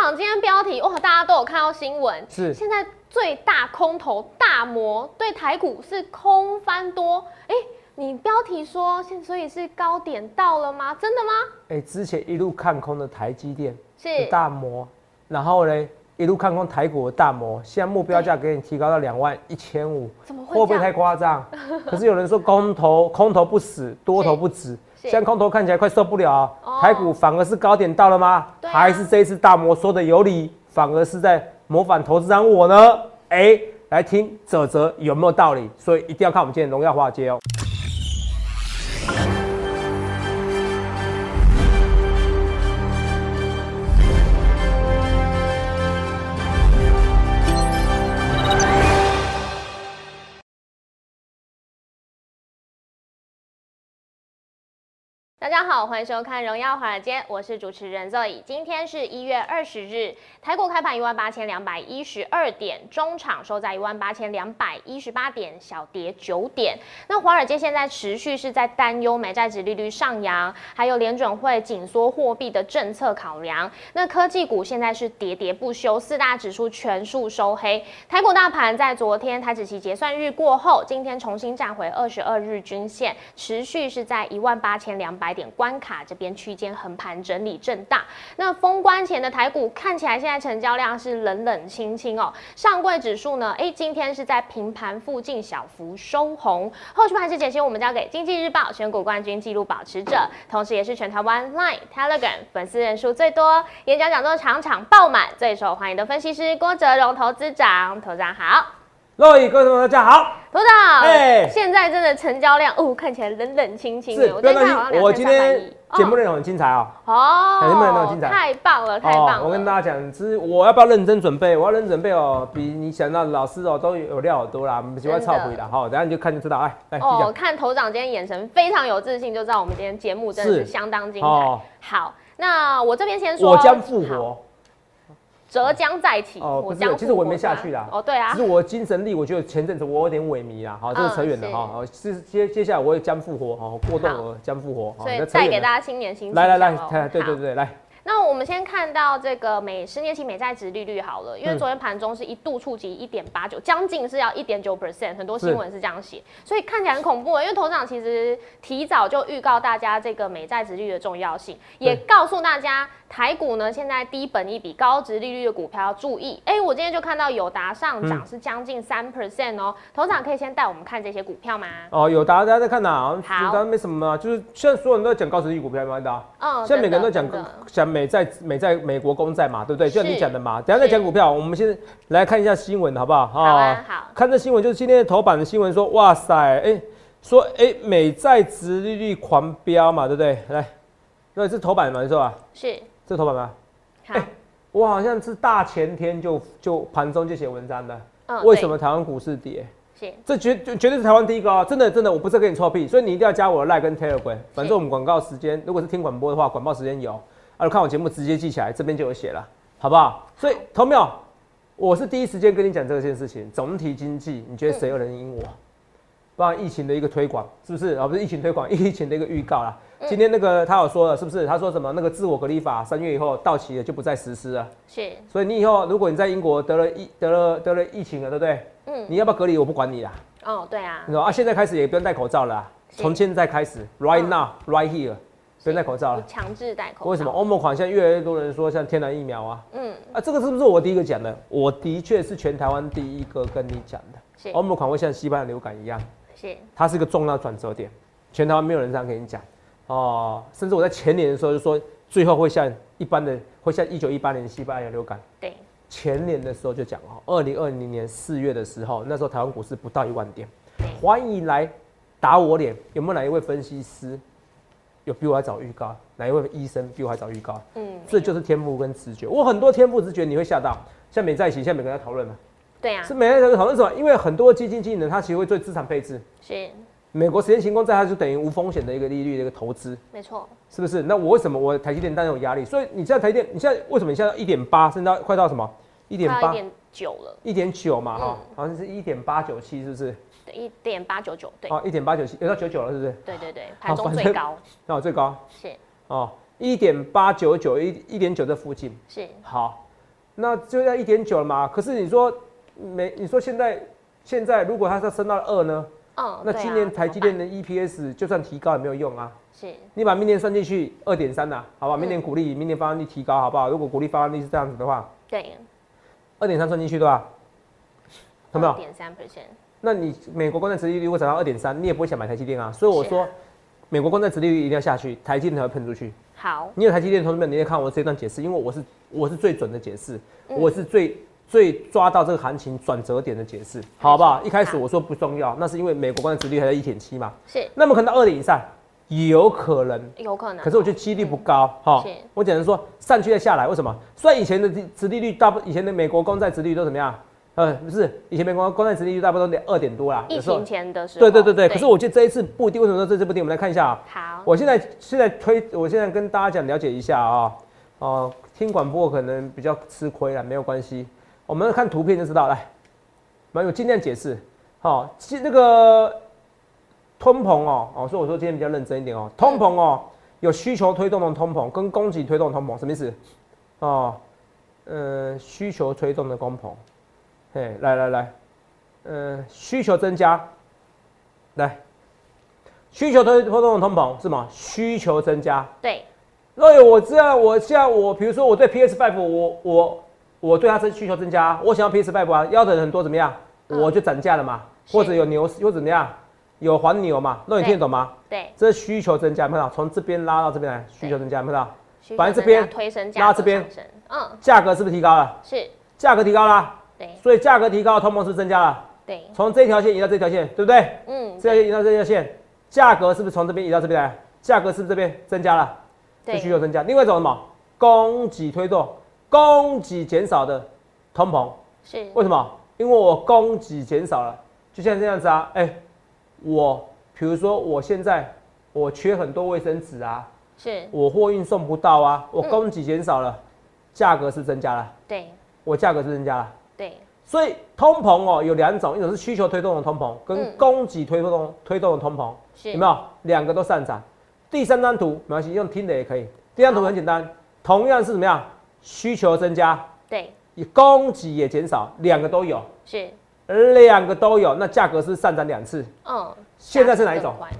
长今天标题哇，大家都有看到新闻，是现在最大空头大摩对台股是空翻多，哎、你标题说现所以是高点到了吗？真的吗？哎、之前一路看空的台积电是的大摩，然后呢一路看空台股的大摩，现在目标价给你提高到两万一千五，怎么会会不会这样太 夸张？可是有人说空头空头不死，多头不止，是现在空头看起来快受不了啊、哦台股反而是高点到了吗？对啊还是这一次大摩说的有理，反而是在模仿投资商我呢？哎、来听泽泽有没有道理？所以一定要看我们今天的荣耀华尔街哦。大家好，欢迎收看《荣耀华尔街》，我是主持人 Zoe。今天是一月二十日，台股开盘一万八千两百一十二点，中场收在一万八千两百一十八点，小跌九点。那华尔街现在持续是在担忧美债值利率上扬，还有联准会紧缩货币的政策考量。那科技股现在是喋喋不休，四大指数全数收黑。台股大盘在昨天台指期结算日过后，今天重新站回二十二日均线，持续是在一万八千两百点关卡这边区间横盘整理震荡。那封关前的台股看起来现在成交量是冷冷清清哦。上柜指数呢，哎，今天是在平盘附近小幅收红。后续盘势解析，我们交给经济日报选股冠军纪录保持者，同时也是全台湾 Line、Telegram 粉丝人数最多、演讲讲座场场爆满、最受欢迎的分析师郭哲荣投资长。投资长好。各位各位朋友大家好。投资长，哎现在真的成交量哦，看起来冷冷清清的。是，不要今天看好像担心，两我千今三百天亿节目内容很精彩哦。哦，两千不能那么精彩太棒了，太棒了！哦我跟大家讲，之我要不要认真准备？我要认真准备哦，比你想到的老师哦都有料很多啦，不喜欢操回啦。好，等下你就看就知道。哎来，来，继续哦，讲。看头长今天眼神非常有自信，就知道我们今天节目真的是是相当精彩。哦好，那我这边先说，我将复好，活，浙江再起，哦不我是将复活其实我没下去啦哦，对啊只是，我精神力，我觉得前阵子我有点萎靡啦。好，这个嗯扯远了是哈。哦是接接下来我也将复活，哦，过动我将复活。好所以那扯带远给了大家新年新气来来来象哦，看对对好对，来，那我们先看到这个美十年期美债值利率好了，因为嗯昨天盘中是一度触及一点八九，将近是要一点九 percent，很多是新闻是这样写，所以看起来很恐怖欸。因为头长其实提早就预告大家这个美债值利率的重要性，也告诉大家台股呢现在低本一比高值利率的股票要注意。哎、我今天就看到友达上涨嗯是将近三 percent 哦，头长可以先带我们看这些股票吗？哦，有答大家在看呐，好好像有答没什么啊，就是现在所有人都在讲高值率股票嘛，你知道。嗯，现在每个人都真讲的真的讲美债、美债、美国公债嘛，对不对？是就像你讲的嘛，等一下再讲是股票，我们先来看一下新闻，好不好？好啊，好，看这新闻，就是今天的头版的新闻说，哇塞，哎、说哎、美债殖利率狂飙嘛，对不对？来，那这头版嘛，是吧？是这头版嘛，好，哎我好像是大前天就就盘中就写文章的，嗯为什么台湾股市跌？对是？这绝绝绝对是台湾第一个哦，真的真的，我不是跟你臭屁，所以你一定要加我的 Line 跟 Telegram。反正我们广告时间，如果是听广播的话，广告时间有，啊，看我节目直接记起来，这边就有写了，好不好？所以，投淼，我是第一时间跟你讲这件事情，总体经济，你觉得谁有人赢我？包含疫情的一个推广，是不是？啊，不是疫情推广，疫情的一个预告啦。今天那个他有说了，是不是？他说什么？那个自我隔离法三月以后到期了，就不再实施了。是，所以你以后如果你在英国得了疫得了得了疫情了，对不对？嗯，你要不要隔离？我不管你啦。哦，对啊你，知道啊，现在开始也不用戴口罩了啊、是从现在开始，right 嗯 now, right here，不用戴口罩不了。强制戴口罩。为什么？欧盟款现在越来越多人说像天然疫苗啊？嗯，啊，这个是不是我第一个讲的？我的确是全台湾第一个跟你讲是的。欧盟款会像西班牙流感一样，是它是一个重要转折点，全台湾没有人这样跟你讲哦。甚至我在前年的时候就说，最后会像一般的，会像一九一八年西班牙流感。对，前年的时候就讲哦，二零二零年四月的时候，那时候台湾股市不到一万点对，欢迎来打我脸。有没有哪一位分析师有比我还早预告？哪一位医生比我还早预告？嗯，这就是天赋跟直觉。我很多天赋直觉你会吓到，像美在一起，现在每个人在讨论嘛，对啊，是每个人在讨论什么？因为很多基金经理人他其实会做资产配置，是美国实验情况债它就等于无风险的一个利率的一个投资。没错，是不是？那我为什么我台积电当然有压力？所以你现在台积电，你现在为什么你现在一点八，甚至到快到什么一点快八要一？点九了，一点九嘛，哈、嗯好像是一点八九七，是不是？对，一点八九九，对，哦，一点八九七，有到九九了，是不是？对对对，盘中反最正高那我最高是哦，一点八九九一一点九这附近。是好，那就在一点九了嘛。可是你说每你说现在现在如果它再升到二呢？嗯，那对啊今年台积电怎么的 EPS 就算提高也没有用啊。办是你把明年算进去二点三呐，好吧？嗯明年股利、明年发放率提高，好不好？如果股利发放率是这样子的话，对，二点三算进去对吧？有没有？点三 percent，那你美国公债殖利率如果涨到二点三，你也不会想买台积电啊。所以我说，是啊美国公债殖利率一定要下去，台积电才会喷出去。好，你有台积电的同志们，你也看我这段解释，因为我是我是最准的解释，嗯我是最最抓到这个行情转折点的解释，好不好？一开始我说不重要，那是因为美国公债殖利率还在一点七嘛，是那么可能到二点以上也有可能。有可能。哦可是我觉得几率不高哈、是我只能说上去再下来，为什么？虽然以前的殖殖利率大部，以前的美国公债殖利率都怎么样？呃，不是，以前美国公债殖利率大部分都得二点多啦，疫有时候情哦前的时候，对对对对。可是我觉得这一次不一定，为什么说这次不一定？我们来看一下啊、好，我现在现在推，我现在跟大家讲了解一下啊、哦、听广播可能比较吃亏了，没有关系，我们看图片就知道。来，没有尽量解释。好、其实这个通膨哦，哦，所以我说今天比较认真一点哦。通膨哦，有需求推动的通膨跟供给推动的通膨，什么意思？哦，呃，需求推动的通膨。嘿，来来来，呃，需求增加，来，需求推推动的通膨是吗？需求增加。对若有我知道，我现在我比如说我对 PS Five，我我我对它增需求增加，我想要 PS Five 啊，要的人很多怎么样？嗯我就涨价了嘛，是或者有牛或者怎么样，有黄牛嘛？那你对听得懂吗？对，这是需求增加，有没有看到？从这边拉到这边来，需求增加，有没有看到？需求反正这增加边推升拉价格这边上升，嗯，价格是不是提高了？是价格提高啦，对所以价格提高，通膨是不是增加了。对，从这条线移到这条线，对不对？嗯这条线移到这条线，价格是不是从这边移到这边来？价格是不是这边增加了？这需对求增加。另外一种什么？供给推动，供给减少的通膨，是为什么？因为我供给减少了，就像这样子啊，哎、我比如说我现在我缺很多卫生纸啊，是，我货运送不到啊，我嗯供给减少了，价、格是增加了，对我价格是增加了。对所以通膨哦有两种，一种是需求推动的通膨，嗯跟供给推动、推动的通膨，是有没有？两个都上涨。第三张图没关系，用听的也可以。第三张图很简单，同样是怎么样？需求增加，对也供给也减少，两个都有，是，两个都有，那价格是上涨两次。嗯，现在是哪一价格种更？宽？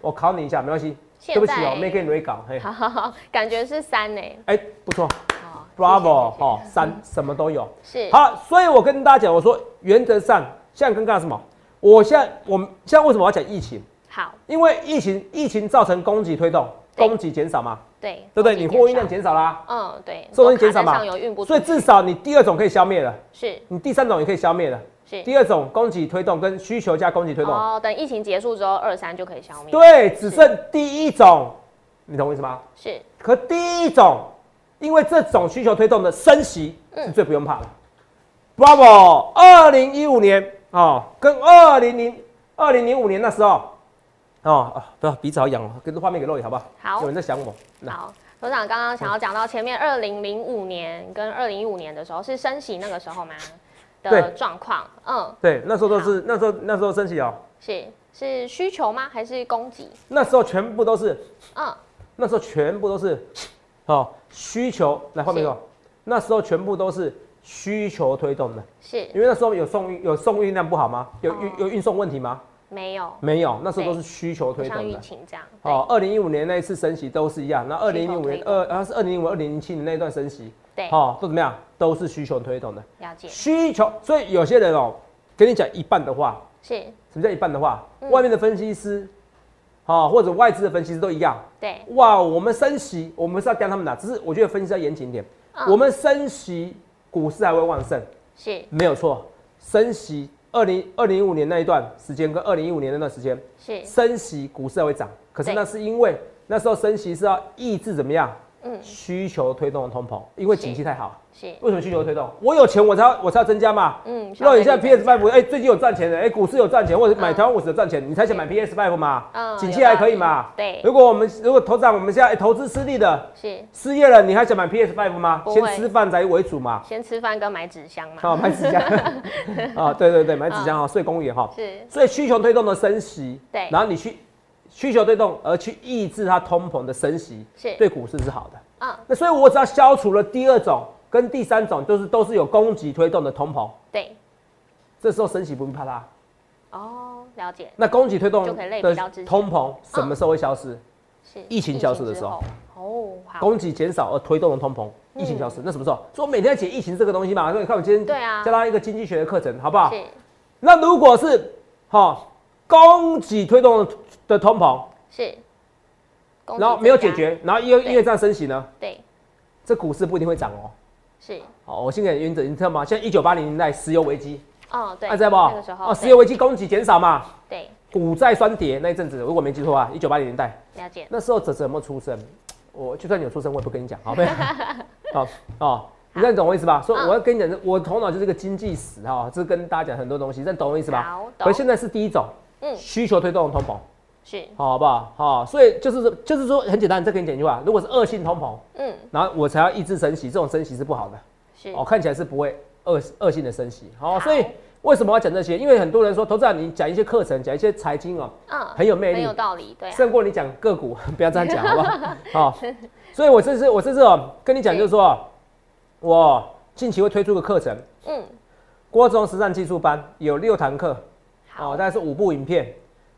我考你一下，没关系。现对不起哦，在没给你 re 稿。嘿， 好好好，感觉是三呢。哎、不错好，bravo 哦，，谢谢谢谢嗯三什么都有。是好，所以我跟大家讲，我说原则上，现在跟刚才什么？我现在我们现在为什么我要讲疫情？好，因为疫情，疫情造成供给推动，对供给减少嘛，对对不对？供你给货运量少，减少啦，嗯，对，所以我减卡单少嘛上有运不出所以去，至少你第二种可以消灭了，是你第三种也可以消灭了。是第二种供给推动跟需求加供给推动，哦，等疫情结束之后，二三就可以消灭，，对，只剩第一种，你懂我意思吗？是可第一种，因为这种需求推动的升息嗯是最不用怕的。Bravo！二零一五年哦，跟二零零二零零五年那时候哦啊，不要鼻子好痒哦，给这画面给露一好不好？好有人在想我。那好。所长刚刚想要讲到前面二零零五年跟二零一五年的时候是升息那个时候吗？的对状况，嗯，对，那时候都是那时候那时候升息哦，是是需求吗？还是供给？那时候全部都是嗯，那时候全部都是哦需求来画面给我，那时候全部都是需求推动的，是因为那时候有送运有送运量不好吗？有运哦有运送问题吗？没有，没有，那时候都是需求不推像动疫的。情这样。哦，二零一五年那一次升息都是一样，那二零零五需年求推动二啊是二零零五二零零七年那一段升息，对，对哦都怎么样？都是需求推动的。了解，需求，所以有些人哦，跟你讲一半的话，是什么叫一半的话？嗯外面的分析师，哦或者外资的分析师都一样，对，哇，我们升息，我们是要跟他们打，只是我觉得分析要严谨一点，嗯我们升息，股市还会旺盛，是没有错，升息。二零二零一五年那一段时间跟二零一五年那段时间，是，升息股市还会涨，可是对那是因为那时候升息是要抑制怎么样嗯，需求推动的通膨，因为是景气太好。是，为什么需求推动？我有钱我才要我才要增加嘛。嗯，那你现消在费力 PS 增加 Five 哎、最近有赚钱的哎、股市有赚钱或者买嗯台湾股市有赚钱，你才想买 PS Five 嘛？嗯景有气还道可以理嘛？对如果我们如果头长我们现在、哎投资失利的是失业了，你还想买 PS Five 吗？不先会吃饭才为 主嘛。先吃饭跟买纸箱嘛，哦，买纸 箱啊，对对对，买纸箱哈，睡公园哈。是所以需求推动的升息，哦对然后你去需求推动而去抑制它通膨的升息，是对股市是好的。嗯，那所以我只要消除了第二种跟第三种就是都是有供给推动的通膨，对，这时候升息不必怕它。哦，了解，那供给推动就可以类的比到嗯之前通膨什么时候会消失？是疫情消失的时候疫情之后，哦，好，嗯供给减少而推动的通膨，疫情消失，那什么时候？所以我每天在解疫情这个东西嘛，所以你看我今天对啊教大家一个经济学的课程，好不好？是那如果是哈、供给推动的通膨，是，供然后给没有增解加，决，然后因为对因为这样升息呢，对，这股市不一定会涨哦。是，好，我先给原则，你知道吗？像一九八零年代石油危机，哦，对，还在不？那个时候，哦，对石油危机供给减少嘛，对，股债双跌那一阵子，如果没记错啊，一九八零年代了解，那时候泽泽有没有出生？我就算你有出生，我也不跟你讲， 好没有？好哦，你这样懂我意思吧？所以嗯我要跟你讲，我头脑就是个经济史哈、哦，这跟大家讲很多东西，这样懂我意思吧？好，可懂是，现在是第一种嗯，需求推动的通膨，是，好不好？好、所以就是就是说很简单，再跟你讲一句话，如果是恶性通膨，嗯，然后我才要抑制升息，这种升息是不好的。是，哦，看起来是不会恶恶性的升息。好、嗯好所以为什么要讲这些？因为很多人说，投资长你讲一些课程，讲一些财经哦，嗯，很有魅很力有，道理，对啊，胜过你讲个股。 不要这样讲，好不好？ 好、哦所以我这次我这次哦，跟你讲就是说哦，我近期会推出个课程，嗯，郭中实战技术班有六堂课，哦，好，大概是五部影片，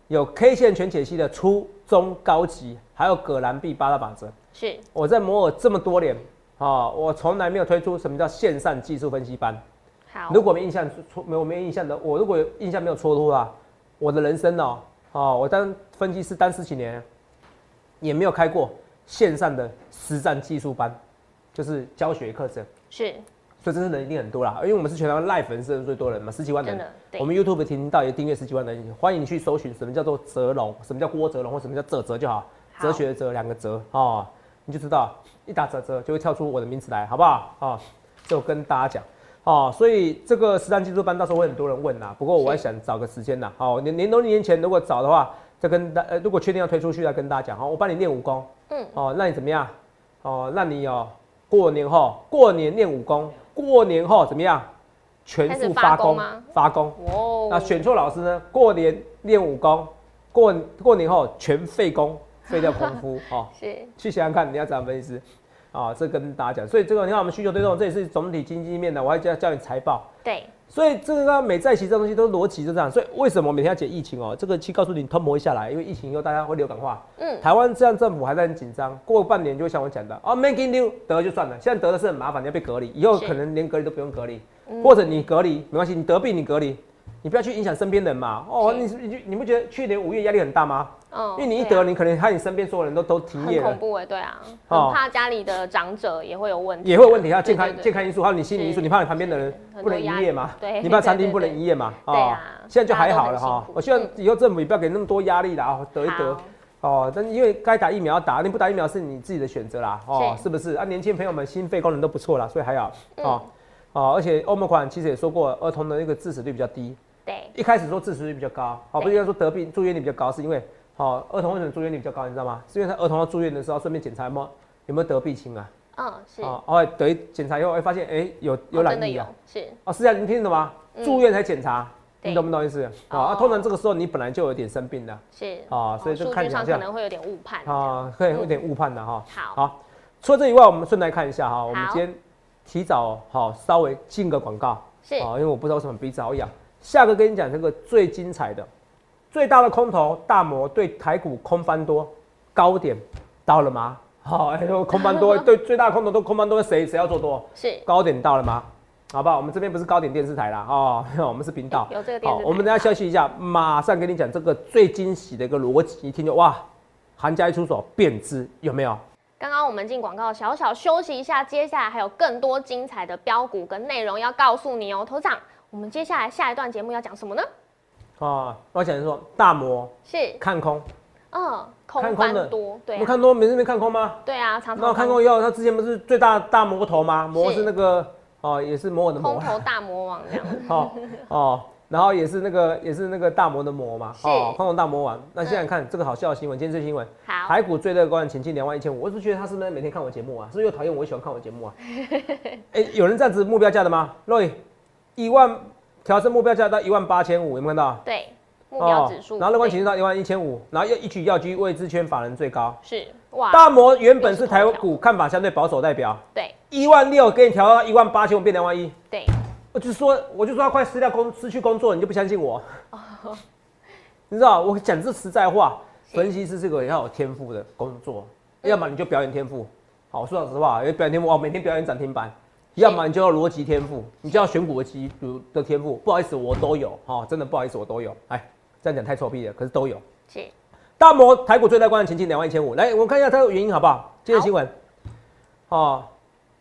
有 K 线全解析的初中高级，还有葛兰碧八大法则。是，我在摩尔这么多年，啊、我从来没有推出什么叫线上技术分析班。好，如果没印象错没有没有印象的，我如果有印象没有错的话，我的人生哦，哦，我当分析师当十几年，也没有开过线上的实战技术班，就是教学课程，是，所以真正人一定很多啦，因为我们是全台湾赖粉丝人最多人嘛，十几万人真的，对我们 YouTube 频道也订阅十几万人，欢迎你去搜寻什么叫做泽龙，什么叫郭泽龙，或什么叫泽泽就好，好哲学的哲两个泽哦，你就知道一打泽泽就会跳出我的名字来，好不好？哦，就跟大家讲。哦，所以这个实战技术班到时候会很多人问啦。不过我还是想找个时间啦。好、年年头年前如果找的话，再跟大呃，如果确定要推出去，再跟大家讲。好、哦我帮你练武功。嗯，哦，让你怎么样？哦，让你哦，过年后过年练武功，过年后怎么样？全开始速发发功功吗，发功。哦，那选错老师呢？过年练武功，过过年后全废功，废掉功 夫。哦，是，去想想看，你要怎样分析？啊、这跟大家讲。所以这个你看，我们需求推动，这也是总体经济面的。我还教教你财报。对，所以这个刚刚美债息这东西都是逻辑就这样，所以为什么我每天要解疫情哦？这个去告诉你通膨会下来，因为疫情以后大家会流感化，嗯，台湾这样政府还在很紧张，过半年就会像我讲的，哦，making new 得了就算了，现在得的是很麻烦，你要被隔离，以后是可能连隔离都不用隔离，嗯或者你隔离没关系，你得病你隔离，你不要去影响身边人嘛。哦，是你你就你不觉得去年五月压力很大吗？嗯因为你一对啊得，你可能害你身边所有人都都停业很了恐。怖哎，对啊，哦很怕家里的长者也会有问题啊，也会有问题，还有健对康对对健康因素，还有你心理因素，是你怕你旁边的人是很不多能营压业力嘛？对你怕餐厅对对不能营业嘛？哦对啊现在就还好了大家都很哈辛。苦我希望嗯以后政府也不要给那么多压力啦，哦，得一得好。哦，但因为该打疫苗打，你不打疫苗是你自己的选择啦，哦，是是不是？啊，年轻朋友们心肺功能都不错啦，所以还好嗯哦。哦，而且欧盟款其实也说过，儿童的那个致死率比较低，对，一开始说致死率比较高，好，对不是应该说得病住院率比较高，是因为好儿童为什么住院率比较高，你知道吗？是因为他儿童要住院的时候顺便检查有没有有没有得病情啊，嗯，是，啊，后来得检查以后，哎，发现哎、有有哦真染的疫有啊，，是，哦，是啊，你听懂吗？嗯住院才检查，对你懂不懂意思？啊，啊哦通常这个时候你本来就有点生病的，是哦所以就数看据起来上这可样能会有点误判这样啊，可以有点误判的哈。好，好，除了这以外，我们顺带看一下哈，我们好今天提早好稍微进个广告，是啊，因为我不知道为什么鼻子好痒。下个跟你讲这个最精彩的，最大的空头大摩对台股空翻多，高点到了吗？好、哎呦，空翻 多对最大的空头都空翻多，谁谁要做多？是高点到了吗？好不好？我们这边不是高点电视台啦，哦， 没有我们是频道。 有这个电好视，台，我们等一下休息一下，马上跟你讲这个最惊喜的一个逻辑，一听就哇，韩家一出手便知有没有？刚刚我们进广告，小小休息一下，接下来还有更多精彩的标股跟内容要告诉你哦，头长。我们接下来下一段节目要讲什么呢？哦，我想说大摩是，看空，嗯，空看空的翻多，我对们啊，看多没事没看空吗？对啊，常那常我看过以后，他之前不是最大大魔头吗？魔是是那个哦，也是魔的魔空啦，头大魔王 这样，哦哦，然后也是那个也是那个大魔的魔嘛，哦，是空头大魔王。那现在看这个好笑的新闻，今天最新闻，好，台股最乐观，前进两万一千五。我是觉得他是不是每天看我节目啊？是不是又讨厌我，又喜欢看我 节目啊？哎，有人这样子目标价的吗？Roy，一万调升目标价到一万八千五，有没有看到？对，目标指数，哦然后乐观指数到一万一千五，然后要一举要居位置圈法人最高。是哇，大摩原本是台又是头条股看法相对保守代表，对一万六给你调到一万八千五，变两万一。对，我就说，我就说他快失掉工失去工作，你就不相信我？哦 你知道我讲这实在话，是嗯分析师这个要有天赋的工作，要么你就表演天赋。好，我说老实话，有表演天赋哦，每天表演涨停板；要么你就要逻辑天赋，你就要选股的基础的天赋。不好意思，我都有哈、真的不好意思，我都有。哎，这样讲太臭屁了，可是都有。是大摩台股最大关的前进两万一千五，来，我们看一下它的原因好不好？今天新闻，哦，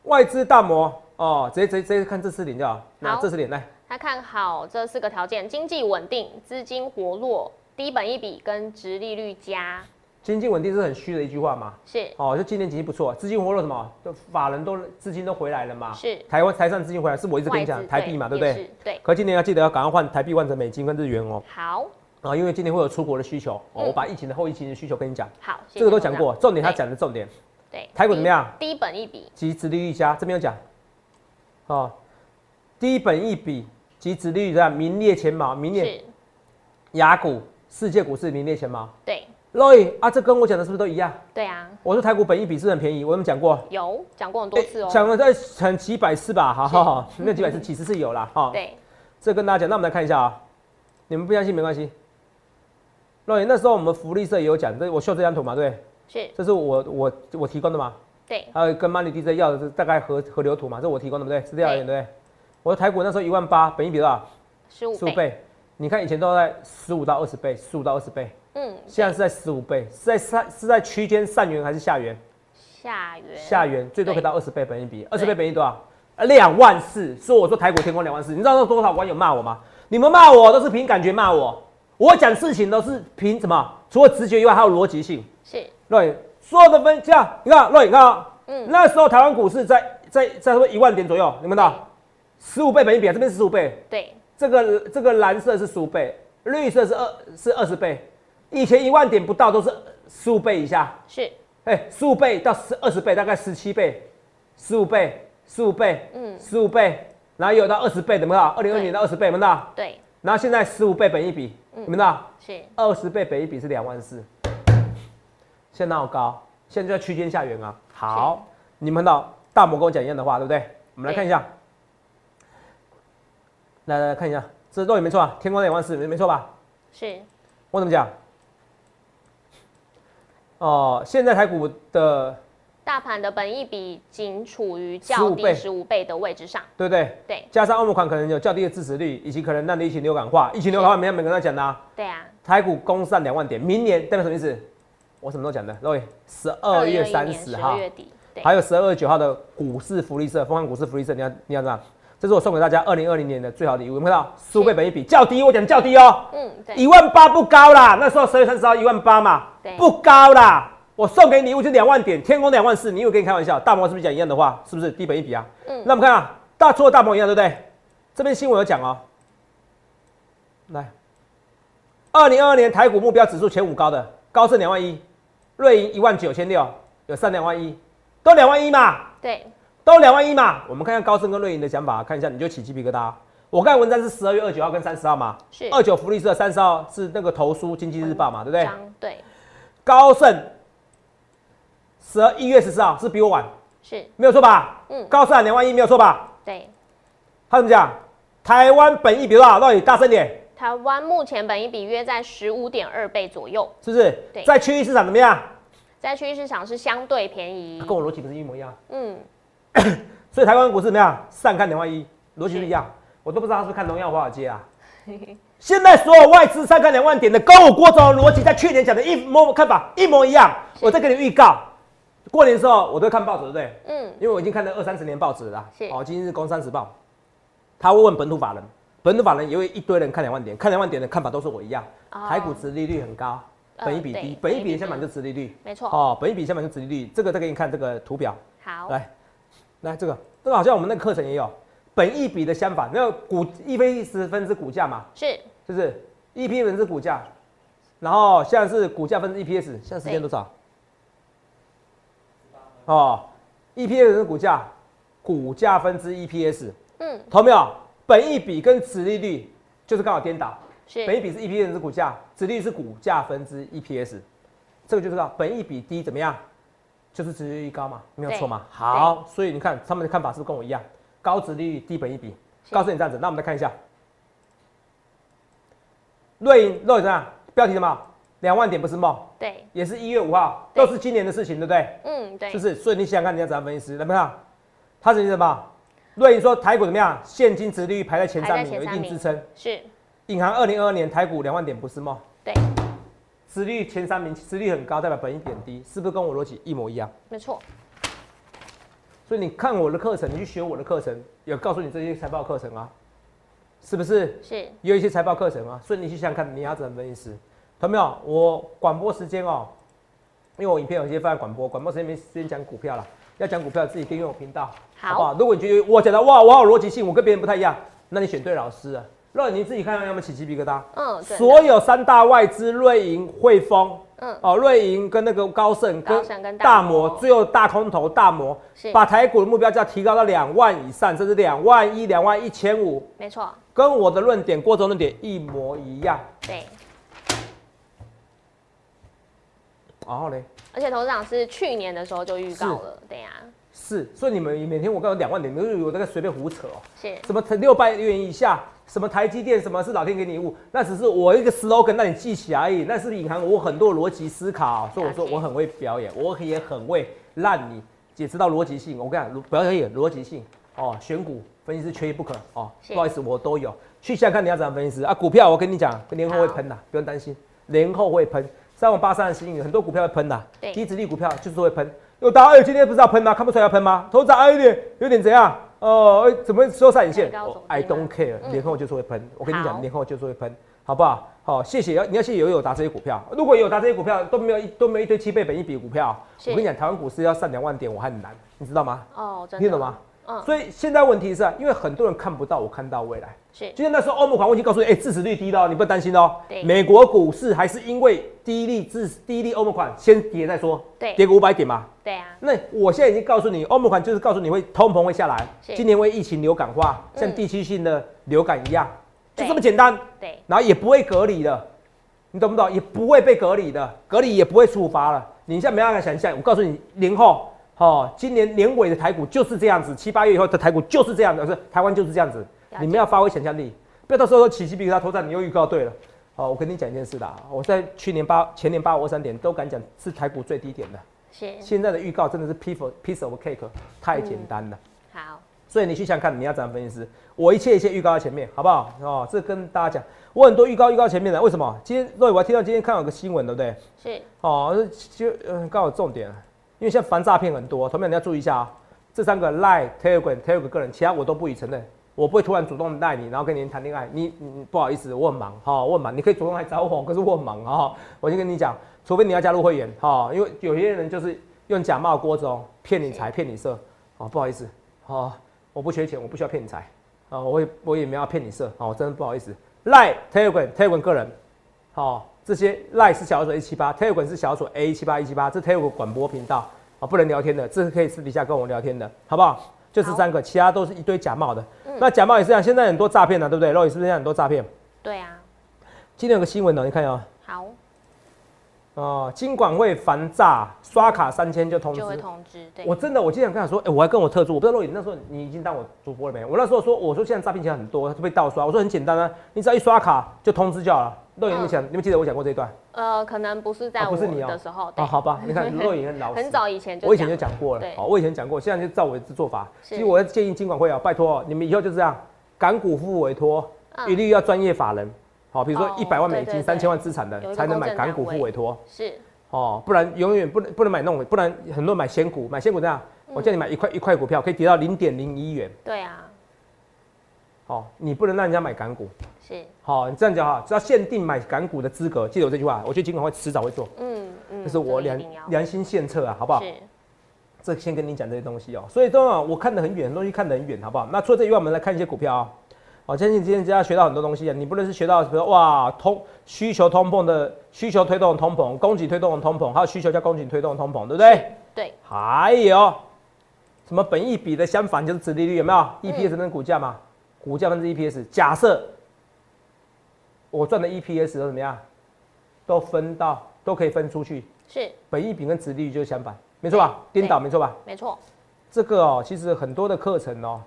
外资大摩哦，直接直接直接看这四点就好，那好这四点来。他看好这四个条件：经济稳定、资金活络、低本一比跟殖利率佳。经济稳定是很虚的一句话嘛。是哦，就今年经济不错，资金活络什么，都法人都资金都回来了嘛。是台湾台上资金回来，啊是我一直跟外你资讲台币嘛，对不也对？是对，可今年要记得要赶快换台币换成美金跟日元哦，好啊，因为今年会有出国的需求哦。嗯我把疫情的后疫情的需求跟你讲，好，谢谢这个董都事讲长过，重点他对讲的重点，对，台股怎么低样？低本一比及殖利率加这边有讲，哦，低本一比及殖利率加名列前茅，名列是，雅股世界股市名列前茅。对 Roy 啊，这跟我讲的是不是都一样？对啊，我说台股本一比是很便宜，我有没有讲过？有讲过很多次哦。讲了在很几百次吧，好好好，那几百次其实是有 啦，哈。对，这跟大家讲，那我们来看一下啊，你们不相信没关系。那那时候我们福利社也有讲，这我秀这张图嘛，对，是，这是我我我提供的嘛，对，还有跟 Money DJ 要的是大概河河流图嘛，这我提供的对不对？是这样的对对不对？我说台股那时候一万八，本一比多少？十五十五，倍。你看以前都在十五到二十倍，十五到二十倍，嗯，现在是在十五倍，是在上是在区间上缘还是下缘？下元，下元最多可以对到二十倍本益比，二对十倍本益多少？呃，两万四。所以我说台股天空两万四，你知道那多少网友骂我吗？你们骂我都是凭感觉骂我，我讲事情都是凭什么？除了直觉以外，还有逻辑性。是，对，所有的分这样，你看，对，你看啊，嗯那时候台湾股市在在在说一万点左右，你们看到十五倍本益比，这边是十五倍，对，这个这个蓝色是十五倍，绿色是二是二十倍，以前一万点不到都是十五倍以下。是，哎，十五倍到十二十倍，大概十七倍，十五倍，十五倍，嗯嗯，十五倍，然后有到二十倍，怎么到？二零二对嗯年到二十倍，怎么到？对，然后现在十五倍本一比，怎么到？是，二十倍本一比是两万四，现在好高，现在就在区间下缘啊。好，你们看到大摩跟我讲一样的话，对不对？我们来对看一下，来来来看一下，这肉眼没错啊，天光两万四没没错吧？是，我怎么讲？哦、现在台股的大盘的本益比仅处于较15低倍十五倍的位置上，对不对？对，加上欧盟款可能有较低的支持率，以及可能让你疫情流感化，疫情流感化，没有每个人都在讲的、啊，对啊，台股攻上两万点，明年代表什么意思？我什么都讲的，各位，十二月三十二号，月底，对，还有十二月九号的股市福利社，丰汉股市福利社，你要你要知道，这是我送给大家二零二零年的最好礼物，有没有看到？苏倍本一比较低，我讲较低哦，嗯，对，一万八不高啦，那时候十月三十号一万八嘛对，不高啦。我送给你礼物就两万点，天宫两万四，你以为跟你开玩笑？大摩是不是讲一样的话？是不是低本一比啊？嗯那我们看啊，大除了大摩一样，对不对？这边新闻有讲哦，来，二零二二年台股目标指数前五高的，高盛两万一，瑞银一万九千六，有上两万一，都两万一嘛，对，都两万一嘛。我们看一下高盛跟瑞银的讲法，看一下你就起鸡皮疙瘩。啊我看文章是十二月二九号跟三十号嘛，是二九福利社三十号是那个投书《经济日报》嘛，对不对？张，对，高盛十二一月十四号是比我晚，是，没有错吧？嗯高盛两万一没有错吧？对，他他怎么讲？台湾本益比多少？到底大声点，台湾目前本益比约在十五点二倍左右，是不是对？在区域市场怎么样？啊在区域市场是相对便宜，跟我逻辑不是一模一样，嗯，所以台湾股市怎么样？上看两万一，逻辑是一样。我都不知道他是不是看荣耀华尔街啊。现在所有外资上看两万点的，跟我郭总的逻辑在去年讲的一模看法一模一样。我再给你预告，过年的时候我都会看报纸，对不对？嗯，因为我已经看了二三十年报纸了啦。是哦，今天是《工商时报》，他会问本土法人，本土法人也有一堆人看两万点，看两万点的看法都是我一样。哦台股殖利率很高，呃本一比对低，本一本益比比相反就殖利率。没错，哦，本一比相反就殖利率，这个再给你看这个图表，好，来，来这个，这个好像我们那个课程也有，本一比的相反，那个股一分一十分之股价嘛，是是不是？一 P 分之股价，然后像是股价分之 EPS，现在时间多少？哦，EPS 是股价，股价分之 E EPS，嗯，投没有？本益比跟殖利率就是刚好颠倒，是本益比是 EPS 是股价，殖利率是股价分之 EPS，这个就知道本益比低怎么样，就是殖利率高嘛，没有错嘛。好，所以你看他们的看法是不是跟我一样？高殖利率低本益比，是告诉你这样子。那我们来看一下，瑞银瑞银怎样？标题什么？两万点不是梦，对，也是一月五号，对都是今年的事情，对不对？嗯，对，是不是？所以你想想看，你要怎样分析？来没看？他是什么？瑞银说台股怎么样？现金值利率排在前排三在名，前有一三定名支撑。是银行二零二二年台股两万点不是梦，对，殖利率前三名，殖利率很高，代表本益点低，是不是跟我逻辑一模一样？没错，所以你看我的课程，你去学我的课程，有告诉你这些财报课程啊，是不是？是也有一些财报课程啊，所以你去想想看，你要怎么分析？同没有？我广播时间哦，因为我影片有些放在广播，广播时间没时间讲股票了，要讲股票自己订阅我频道，好不好？如果你觉得我讲的哇，我好有逻辑性，我跟别人不太一样，那你选对老师了，让你自己看看有没有起鸡皮疙瘩。嗯，真的所有三大外资，瑞银、汇丰，嗯哦，瑞银跟那个高盛高跟盛跟大大摩摩，最后大空头大摩是，把台股的目标价提高到两万以上，甚至两万一、两万一千五，没错，跟我的论点、郭总论点一模一样。对，然后呢，而且投资长是去年的时候就预告了，对呀、是，所以你们每天我告诉两万点，你们有在随便胡扯哦。是什么六百元以下，什么台积电，什么是老天给你物，那只是我一个 slogan 让你记起来而已，那是隐含我很多逻辑思考，啊所以我说了解我很会表演，我也很会让你解知道逻辑性。我跟你讲，表演逻辑性哦，选股分析师缺一不可哦，是不好意思，我都有。去想想看你要怎样分析师啊，股票我跟你讲，年后会喷的，不用担心，年后会喷。三五八三的新很多股票会喷的对，低值率股票就是会喷。有答案，哎今天不是要喷吗？看不出来要喷吗？头涨哎有点有点怎样？哦、哎怎么收散一线很高总哦？I 经嘛 don't care，嗯年后就是会喷。我跟你好讲，年后就是会喷，好不好？好、谢谢，要你要谢谢有友达这些股票。如果有达这些股票都没有一都没有一堆七倍本一比股票，是我跟你讲，台湾股市要上两万点，我还很难，你知道吗？哦，真的，你懂吗？？嗯，所以现在问题是啊，因为很多人看不到，我看到未来。是就像那时候欧盟款，我已经告诉你，哎、致死率低的哦，你不要担心哦对。美国股市还是因为低利致低利欧盟款先跌再说，对跌个五百点嘛。对啊，那我现在已经告诉你，欧盟款就是告诉你会通膨会下来，是今年会疫情流感化，嗯像地区性的流感一样，就对这么简单。对，然后也不会隔离的，你懂不懂？也不会被隔离的，隔离也不会处罚了。你现在没办法想象，我告诉你，年后，哦，今年年尾的台股就是这样子，七八月以后的台股就是这样的，是台湾就是这样子了。解你们要发挥想象力，不要到时候说起鸡皮疙瘩，头上你又预告对了。哦，我跟你讲一件事啦，我在去年八前年八五二三点都敢讲是台股最低点的，是现在的预告真的是 piece of piece of cake，太嗯简单了。好，所以你去想想看，你要怎样分析师？我一切一切预告在前面，好不好？哦，这跟大家讲，我很多预告预告前面的，为什么？今天对，我还听到今天看有个新闻，对不对？是哦，就嗯，刚好重点了，因为现在反诈骗很多，同学们你要注意一下啊、这三个 Line、Telegram、Telegram 个人，其他我都不予承认，我不会突然主动赖你，然后跟你谈恋爱。你你不好意思，我很忙哈、哦，我很忙，你可以主动来找我，可是我很忙啊、哦。我就跟你讲，除非你要加入会员哈、哦，因为有些人就是用假冒郭总骗你财、骗你色。哦，不好意思，哦，我不缺钱，我不需要骗你财，哦，我也我也没有要骗你色，哦，我真的不好意思。Line、Telegram、Telegram 个人，好、这些 Line 是小老鼠 A 七八，Telegram 是小老鼠 A 七八一七八，这 Telegram 广播频道啊、哦不能聊天的，这是可以私底下跟我聊天的，好不好？就这三个，其他都是一堆假冒的。那假冒也是这样，现在很多诈骗的，啊对不对？肉也是不是现在很多诈骗？对啊，今天有个新闻呢、你看哦，好，哦，金管会防诈刷卡三千就通知就，会通知，对，我真的，我经常跟他说，哎、我还跟我特助，我不知道若隐那时候你已经当我主播了没？我那时候说，我说现在诈骗集团很多，就被盗刷。我说很简单啊，你只要一刷卡就通知就好了。若隐，嗯你想，你们记得我讲过这一段？呃，可能不是在哦我不是你哦的时候，对啊，，好吧，你看若隐很老实，很早以前就我以前就了讲过了哦对，好，我以前讲过，现在就照我的做法。是其实我要建议金管会啊，拜托你们以后就这样，港股付委托，嗯一律要专业法人。好，比如说哦一百万美对对金、对三千万资产的有一个才能买公证港股单位付委托。嗯是哦，不然永远不能不能买那种，不然很多人买仙股，买仙股这样，嗯我叫你买一块一块股票可以跌到零点零一元，对啊，哦，你不能让人家买港股，是，好、你这样讲哈，只要限定买港股的资格，记得我这句话，我觉得尽管会迟早会做，嗯嗯，这是我这个良一定要，良心献策啊，好不好？是这先跟你讲这些东西哦、所以当然我看得很远，东西看得很远，好不好？那除了这以外，我们来看一些股票啊、我相信今天大家学到很多东西啊，你不论是学到比如说哇通需求通膨的需求推动的通膨，供给推动的通膨，还有需求加供给推动的通膨，对不对？对，还有什么本益比的相反就是殖利率，有没有嗯？EPS 跟股价嘛，股价分之 EPS。假设我赚的 EPS 都怎么样，都分到都可以分出去，是本益比跟值利率就是相反，没错吧？对颠倒没错吧？没错，这个哦，其实很多的课程哦，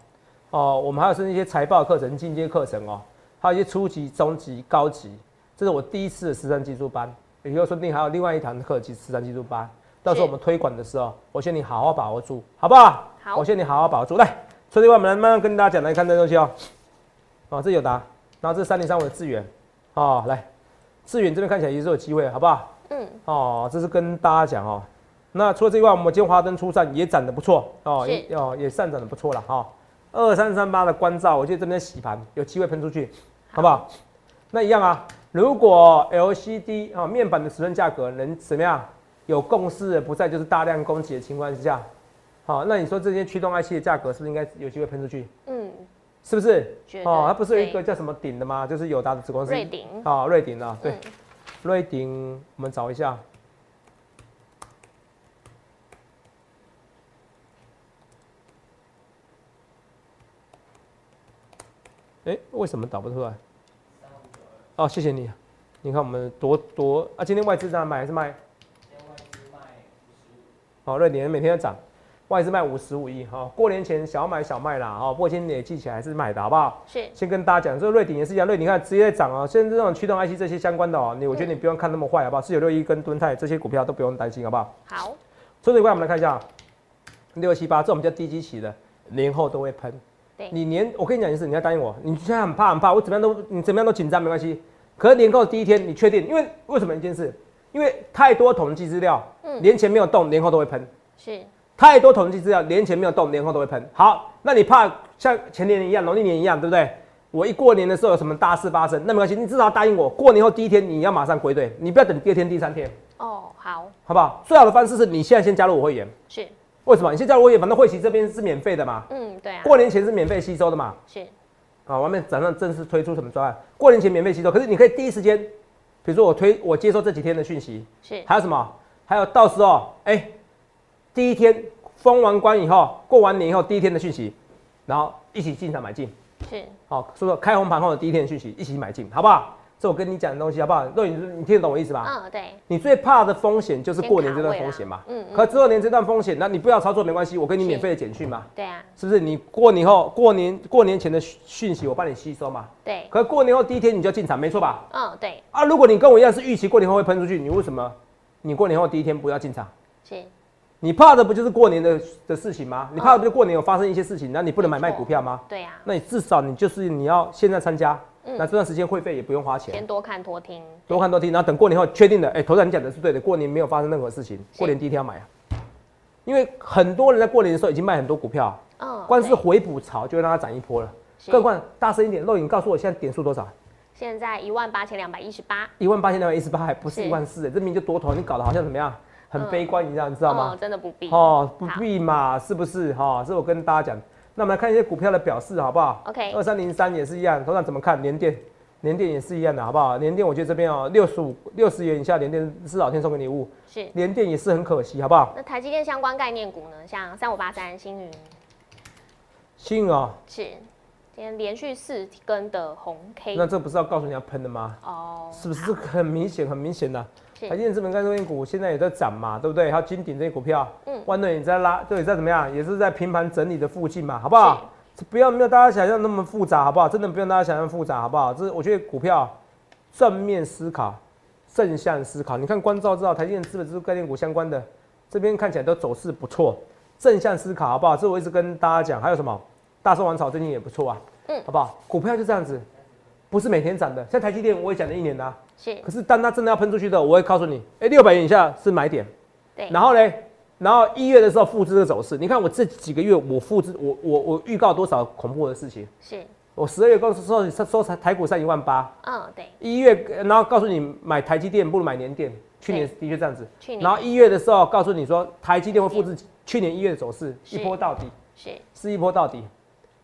哦，我们还有是一些财报课程、进阶课程哦，还有一些初级、中级、高级。这是我第一次的实战技术班，以后说不定还有另外一堂课及实战技术班。到时候我们推广的时候，我劝你好好把握住，好不好？好我劝你好好把握住。来，所以我们来慢慢跟大家讲，来看这个东西哦。哦，这有答，然后这三零三五的智远，哦，来，智远这边看起来也是有机会，好不好？嗯，哦，这是跟大家讲哦。那除了这以外，我们今天华灯初上也涨得不错哦，是也哦也上涨得不错了哈。二三三八的关照，我觉得这边洗盘有机会喷出去，好不好？那一样啊，如果 LCD 啊、哦、面板的尺寸价格能怎么样有共识的不在就是大量供给的情况之下，好、那你说这些驱动 IC 的价格是不是应该有机会喷出去？嗯，是不是觉？得哦，它不是有一对个叫什么鼎的吗？就是友达的子公司瑞鼎，啊、瑞鼎啊，对。嗯，瑞鼎，我们找一下。哎、为什么打不出来？哦，谢谢你。你看我们多多啊，今天外资在买还是卖？好、瑞典每天在涨，外资卖五十五亿哈。过年前小买小卖啦，哦，不过今天累计起来还是买的好不好？是先跟大家讲，这个瑞鼎也是一样，瑞鼎你看直接在涨啊，现在这种驱动 IC 这些相关的哦、你我觉得你不用看那么坏好不好？四九六一跟敦泰这些股票都不用担心好不好？好，除此以外，我们来看一下六七八，这我们叫低基期的，年后都会喷。对你年我跟你讲一件事，你要答应我，你现在很怕很怕，我怎么样都你怎么样都紧张没关系。可是年后第一天，你确定？因为为什么一件事？因为太多统计资料，嗯年前没有动，年后都会喷。是太多统计资料，年前没有动，年后都会喷。好，那你怕像前年一样，农历年一样，对不对？我一过年的时候有什么大事发生，那没关系，你至少答应我，过年后第一天你要马上归队，你不要等第二天、第三天，哦，好好不好？最好的方式是你现在先加入我会员，是，为什么？你先加入我会员，反正会期这边是免费的嘛，嗯，对啊，过年前是免费吸收的嘛。是啊，外面早上正式推出什么专案，过年前免费吸收，可是你可以第一时间，比如说我推我接收这几天的讯息，是还有什么？还有到时候，哎、第一天封完关以后，过完年以后第一天的讯息，然后一起进场买进，是，好、所以说开红盘后的第一天的讯息一起买进，好不好？这我跟你讲的东西好不好？那你你听得懂我意思吧？嗯，对，你最怕的风险就是过啊年这段风险嘛，先卡位啦嗯嗯可之后年这段风险，那你不要操作没关系，我给你是免费的简讯嘛，对啊，是不是？你过年后过年过年前的讯讯息我帮你吸收嘛，对，可过年后第一天你就进场，没错吧？嗯，对，啊，如果你跟我一样是预期过年后会喷出去，你为什么你过年后第一天不要进场？是你怕的不就是过年的的事情吗？你怕的不就是过年有发生一些事情，那你不能买卖股票吗？对啊，那你至少你就是你要现在参加，嗯那这段时间会费也不用花钱先，多看多听，多看多听，然后等过年后确定了，哎、头头你讲的是对的，过年没有发生任何事情，是过年第一天要买啊，因为很多人在过年的时候已经卖很多股票啊，嗯，光是对回补潮就会让它涨一波了。是更何况大声一点，肉影告诉我现在点数多少？现在一万八千两百一十八，一万八千两百一十八，还不是是一万四，这明明就多头，你搞得好像怎么样，很嗯悲观一样，你知道吗嗯，？真的不必哦，不好必嘛，是不是？哈、这我跟大家讲。那我们来看一些股票的表示，好不好 OK 二三零三也是一样，头上怎么看？联电，联电也是一样的，好不好？联电我觉得这边哦，六十五六十元以下，联电是老天送给你物，是。联电也是很可惜，好不好？那台积电相关概念股呢，像三五八三、星云幸运哦，是，今天连续四根的红 K 那这不是要告诉你要喷的吗？哦，是不是很明显？很明显的、是台积电资本概念股现在也在涨嘛，对不对？还有金鼎这些股票，嗯万润也在拉，对，在怎么样，也是在平盘整理的附近嘛，好不好？这不要没有大家想象那么复杂，好不好？真的不用大家想象复杂，好不好？这我觉得股票正面思考、正向思考。你看关照知道台积电资本支出概念股相关的，这边看起来都走势不错，正向思考，好不好？这我一直跟大家讲。还有什么？大宋王朝最近也不错啊，嗯好不好？股票就这样子，不是每天涨的。像台积电我也讲了一年啦、啊是可是当它真的要喷出去的，我会告诉你，哎、六百元以下是买点。对，然后呢，然后一月的时候复制这个走势，你看我这几个月我复制我我我预告多少恐怖的事情？是，我十二月告诉说说台台股上一万八，嗯，对，一月呃然后告诉你买台积电不如买联电，去年的确这样子。去年然后一月的时候告诉你说台积电会复制去年一月的走势，是一波到底，是，是一波到底，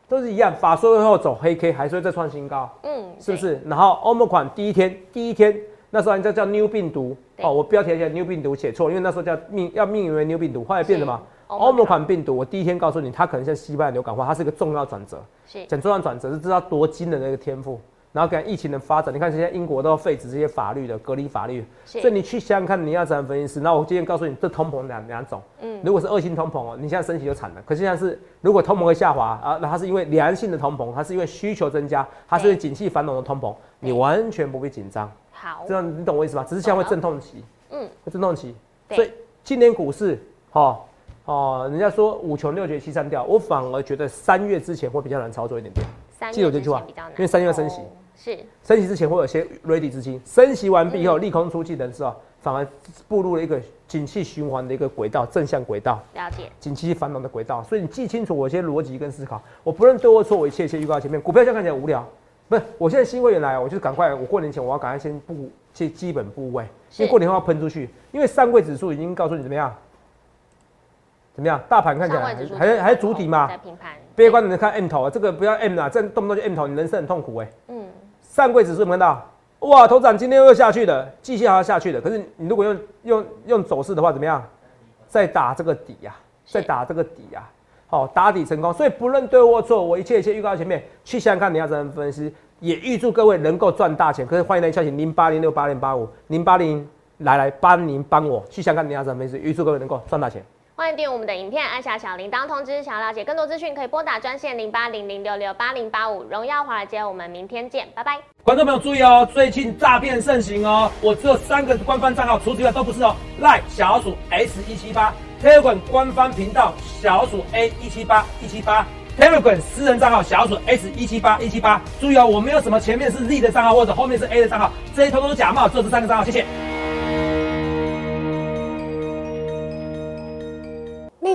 都是一样。法说会后走黑 K 还是会再创新高。嗯，是不对？是？然后欧盟款第一天，第一天那时候人家叫 new 病毒对哦，我标题写 new 病毒写错，因为那时候叫命要命名为 new 病毒，后来变什么？是欧盟款病毒，我第一天告诉你，它可能像西班牙流感化，它是一个重要转折。是讲重要转折是知道多惊人的一个天赋。然后跟疫情的发展，你看现在英国都要废止这些法律的隔离法律，是所以你去想想看，你要怎样分析师。那我今天告诉你，这通膨两两种，嗯嗯，如果是恶性通膨哦，你现在升息就惨了。可是现在是，如果通膨会下滑啊，那它是因为良性的通膨，它是因为需求增加，它是因为景气繁荣的通膨，你完全不必紧张。好这，样你懂我意思吧？只是现在会阵痛期，嗯，会阵痛期。对所以今年股市，哦哦，人家说五穷六绝七上吊，我反而觉得三月之前会比较难操作一点点。三记得月我这之句话前比较难，因为三月要升息哦是升息之前会有些 ready 资金，升息完毕以后利空出尽的时候，反而步入了一个景气循环的一个轨道，正向轨道。了解，景气繁荣的轨道，所以你记清楚我一些逻辑跟思考，我不论对或错，我一切一切预告在前面。股票这样看起来无聊，不是？我现在新会员来，我就是赶快，我过年前我要赶快先布这基本部位，是因为过年后要喷出去，因为上柜指数已经告诉你怎么样，怎么样？大盘看起来上位还指数哦还还是主体嘛在，平盘，悲观的人看 M 头啊，这个不要 M 啦，这样动不动就 M 头，你人生很痛苦哎、嗯，上柜指数有没有看到？哇，头涨今天又下去了，季线还要下去的。可是你如果用用用走势的话，怎么样？再打这个底呀、是再打这个底呀、好、打底成功。所以不论对或错，我一切一切预告在前面，去想想看你要怎么分析。也预祝各位能够赚大钱。可是欢迎来消息零八零六八零八五零八零来来帮您帮我去想想看你要怎么分析，预祝各位能够赚大钱。欢迎订阅我们的影片，按下小铃铛通知。想要了解更多资讯，可以拨打专线零八零零六六八零八五。荣耀华尔街，我们明天见，拜拜。观众朋友注意哦，最近诈骗盛行哦，我只有三个官方账号，除此之外都不是哦。赖小老鼠 S 一七八，Telegram 官方频道小老鼠 A 一七八一七八，Telegram 私人账号小老鼠 S 一七八一七八。注意哦，我没有什么前面是 Z 的账号或者后面是 A 的账号，这些通通都假冒，只有这三个账号，谢谢。立